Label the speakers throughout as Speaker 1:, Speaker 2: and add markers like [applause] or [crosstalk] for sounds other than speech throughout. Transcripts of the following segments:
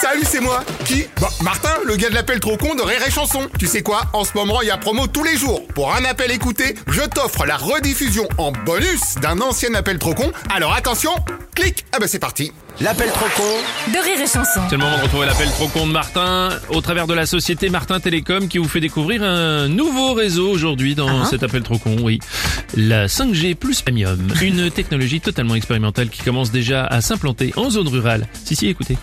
Speaker 1: Salut, c'est moi. Qui Bah, Martin, le gars de l'appel trop con de Rire et Chanson. Tu sais quoi En ce moment, il y a promo tous les jours. Pour un appel écouté, je t'offre la rediffusion en bonus d'un ancien appel trop con. Alors attention, clique. Ah bah c'est parti.
Speaker 2: L'appel trop con
Speaker 3: de rire et chanson.
Speaker 4: C'est le moment de retrouver l'appel trop con de Martin au travers de la société Martin Télécom qui vous fait découvrir un nouveau réseau aujourd'hui
Speaker 3: Ah,
Speaker 4: dans cet appel trop con, oui. La 5G plus Premium, une technologie totalement expérimentale qui commence déjà à s'implanter en zone rurale. Si, si, écoutez.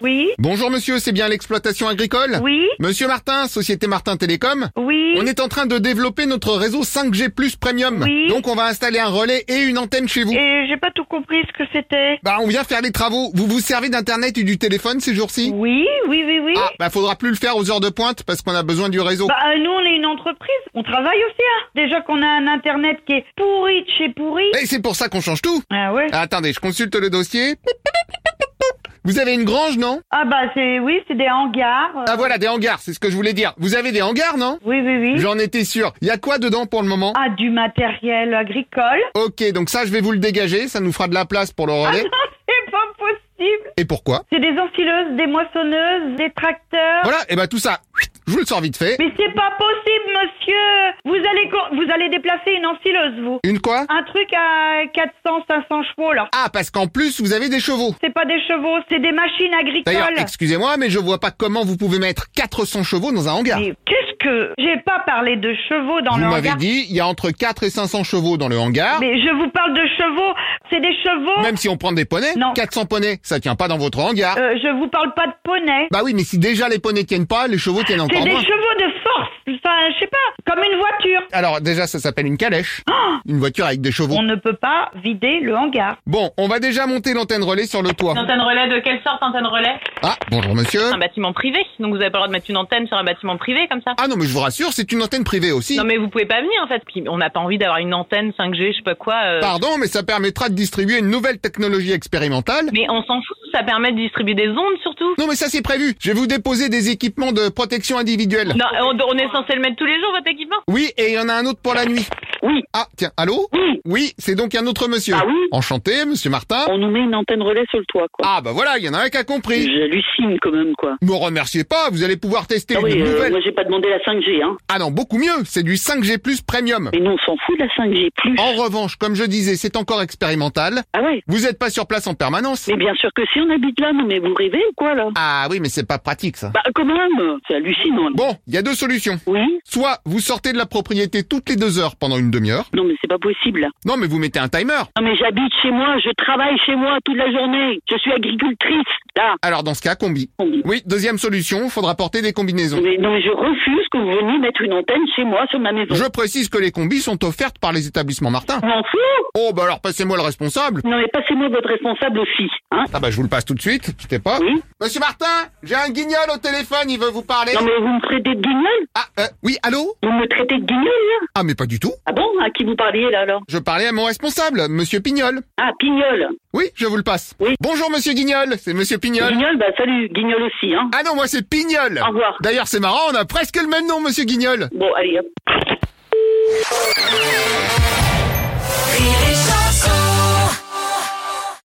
Speaker 5: Oui,
Speaker 1: Bonjour monsieur, c'est bien l'exploitation agricole
Speaker 5: oui,
Speaker 1: Monsieur Martin, société Martin Télécom
Speaker 5: oui.
Speaker 1: on est en train de développer notre réseau 5G plus premium.
Speaker 5: Oui.
Speaker 1: Donc on va installer un relais et une antenne chez vous.
Speaker 5: Et j'ai pas tout compris ce que c'était.
Speaker 1: Bah on vient faire les travaux. Vous vous servez d'internet et du téléphone ces jours-ci
Speaker 5: Oui, oui, oui, oui.
Speaker 1: Ah, bah faudra plus le faire aux heures de pointe parce qu'on a besoin du réseau.
Speaker 5: Bah, euh, nous, on est une entreprise. On travaille aussi, hein. Déjà qu'on a un Internet qui est pourri de chez pourri.
Speaker 1: Et c'est pour ça qu'on change tout.
Speaker 5: Ah ouais.
Speaker 1: Ah, attendez, je consulte le dossier. Vous avez une grange, non
Speaker 5: Ah bah, c'est, oui, c'est des hangars. euh.
Speaker 1: Ah voilà, des hangars, c'est ce que je voulais dire. Vous avez des hangars, non
Speaker 5: Oui, oui, oui.
Speaker 1: J'en étais sûr. Y a quoi dedans pour le moment
Speaker 5: Ah, du matériel agricole.
Speaker 1: Ok, donc ça, je vais vous le dégager, ça nous fera de la place pour le
Speaker 5: Ah
Speaker 1: relais.
Speaker 5: non, [laughs] c'est pas possible.
Speaker 1: Et pourquoi
Speaker 5: C'est des enfileuses, des moissonneuses, des tracteurs.
Speaker 1: Voilà, et bah tout ça, je vous le sors vite fait.
Speaker 5: Mais c'est pas possible, monsieur. Vous allez, co- vous allez déplacer une enfileuse, vous.
Speaker 1: Une quoi
Speaker 5: Un truc à 400, 500 chevaux, là.
Speaker 1: Ah, parce qu'en plus, vous avez des chevaux.
Speaker 5: C'est pas des chevaux, c'est des machines
Speaker 1: D'ailleurs,
Speaker 5: agricoles.
Speaker 1: excusez-moi, mais je vois pas comment vous pouvez mettre 400 chevaux dans un hangar.
Speaker 5: Mais qu'est-ce que j'ai pas parlé de chevaux dans
Speaker 1: Vous
Speaker 5: le
Speaker 1: m'avez
Speaker 5: hangar
Speaker 1: dit, il y a entre 4 et 500 chevaux dans le hangar.
Speaker 5: Mais je vous parle de chevaux, c'est des chevaux.
Speaker 1: Même si on prend des poneys,
Speaker 5: Non.
Speaker 1: 400 poneys, ça tient pas dans votre hangar.
Speaker 5: Euh, je vous parle pas de poney.
Speaker 1: Bah oui, mais si déjà les poneys tiennent pas, les chevaux tiennent
Speaker 5: C'est
Speaker 1: encore
Speaker 5: des
Speaker 1: moins.
Speaker 5: chevaux de force. Enfin, je sais pas, comme une voiture.
Speaker 1: Alors déjà, ça s'appelle une calèche. Une voiture avec des chevaux.
Speaker 5: On ne peut pas vider le hangar.
Speaker 1: Bon, on va déjà monter l'antenne relais sur le toit.
Speaker 6: Une antenne relais de quelle sorte antenne relais
Speaker 1: Ah, bonjour monsieur.
Speaker 6: Un bâtiment privé. Donc vous avez pas le droit de mettre une antenne sur un bâtiment privé comme ça.
Speaker 1: Ah non, mais je vous rassure, c'est une antenne privée aussi.
Speaker 6: Non mais vous pouvez pas venir en fait. Puis on n'a pas envie d'avoir une antenne 5G, je sais pas quoi. euh.
Speaker 1: Pardon, mais ça permettra de distribuer une nouvelle technologie expérimentale.
Speaker 6: Mais on s'en fout. Ça permet de distribuer des ondes surtout.
Speaker 1: Non, mais ça c'est prévu. Je vais vous déposer des équipements de protection individuelle.
Speaker 6: Non, on, on est censé le mettre tous les jours votre équipement.
Speaker 1: Oui, et il y en a un autre pour la nuit.
Speaker 7: Oui.
Speaker 1: Ah, tiens, allô
Speaker 7: Oui.
Speaker 1: Oui, c'est donc un autre monsieur.
Speaker 7: Ah oui
Speaker 1: Enchanté, monsieur Martin.
Speaker 7: On nous met une antenne relais sur le toit, quoi.
Speaker 1: Ah bah voilà, il y en a un qui a compris.
Speaker 7: J'hallucine quand même, quoi.
Speaker 1: Me remerciez pas, vous allez pouvoir tester
Speaker 7: Ah
Speaker 1: une
Speaker 7: oui, euh,
Speaker 1: nouvelle.
Speaker 7: moi j'ai pas demandé la 5G, hein.
Speaker 1: Ah non, beaucoup mieux, c'est du 5G plus premium.
Speaker 7: Mais nous on s'en fout de la 5G plus.
Speaker 1: En revanche, comme je disais, c'est encore expérimental.
Speaker 7: Ah ouais.
Speaker 1: Vous n'êtes pas sur place en permanence.
Speaker 7: Mais bien sûr que si on habite là, non mais vous rêvez ou quoi là
Speaker 1: Ah oui, mais c'est pas pratique ça.
Speaker 7: Bah quand même, c'est hallucinant.
Speaker 1: Bon, il y a deux solutions.
Speaker 7: Oui.
Speaker 1: Soit vous sortez de la propriété toutes les deux heures pendant une demi-heure.
Speaker 7: Non mais c'est pas possible. là.
Speaker 1: Non, mais vous mettez un timer.
Speaker 7: Non mais j'habite chez moi, je travaille chez moi toute la journée. Je suis agricultrice là.
Speaker 1: Alors dans ce cas, combi.
Speaker 7: On dit-
Speaker 1: Oui, deuxième solution, faudra porter des combinaisons.
Speaker 7: Mais non mais je refuse que vous veniez mettre une antenne chez moi sur ma maison.
Speaker 1: Je précise que les combis sont offertes par les établissements Martin.
Speaker 7: Je m'en fous.
Speaker 1: Oh bah alors passez-moi le responsable.
Speaker 7: Non mais passez-moi votre responsable aussi, hein.
Speaker 1: Ah bah je vous le passe tout de suite, quittez pas.
Speaker 7: Oui.
Speaker 1: Monsieur Martin, j'ai un guignol au téléphone, il veut vous parler.
Speaker 7: Non mais vous me traitez de guignol
Speaker 1: Ah, euh, oui, allô
Speaker 7: Vous me traitez de guignol là
Speaker 1: Ah mais pas du tout.
Speaker 7: Ah bon À qui vous parliez là alors
Speaker 1: Je parlais à mon responsable, monsieur Pignol.
Speaker 7: Ah Pignol.
Speaker 1: Oui, je vous le passe.
Speaker 7: Oui.
Speaker 1: Bonjour monsieur Guignol, c'est monsieur Pignol.
Speaker 7: Guignol, bah salut, Guignol aussi, hein.
Speaker 1: Ah non, moi c'est Pignol.
Speaker 7: Au revoir.
Speaker 1: D'ailleurs, c'est marrant, on a presque le même nom monsieur Guignol.
Speaker 7: Bon, allez, hop.
Speaker 3: Rire et chanson.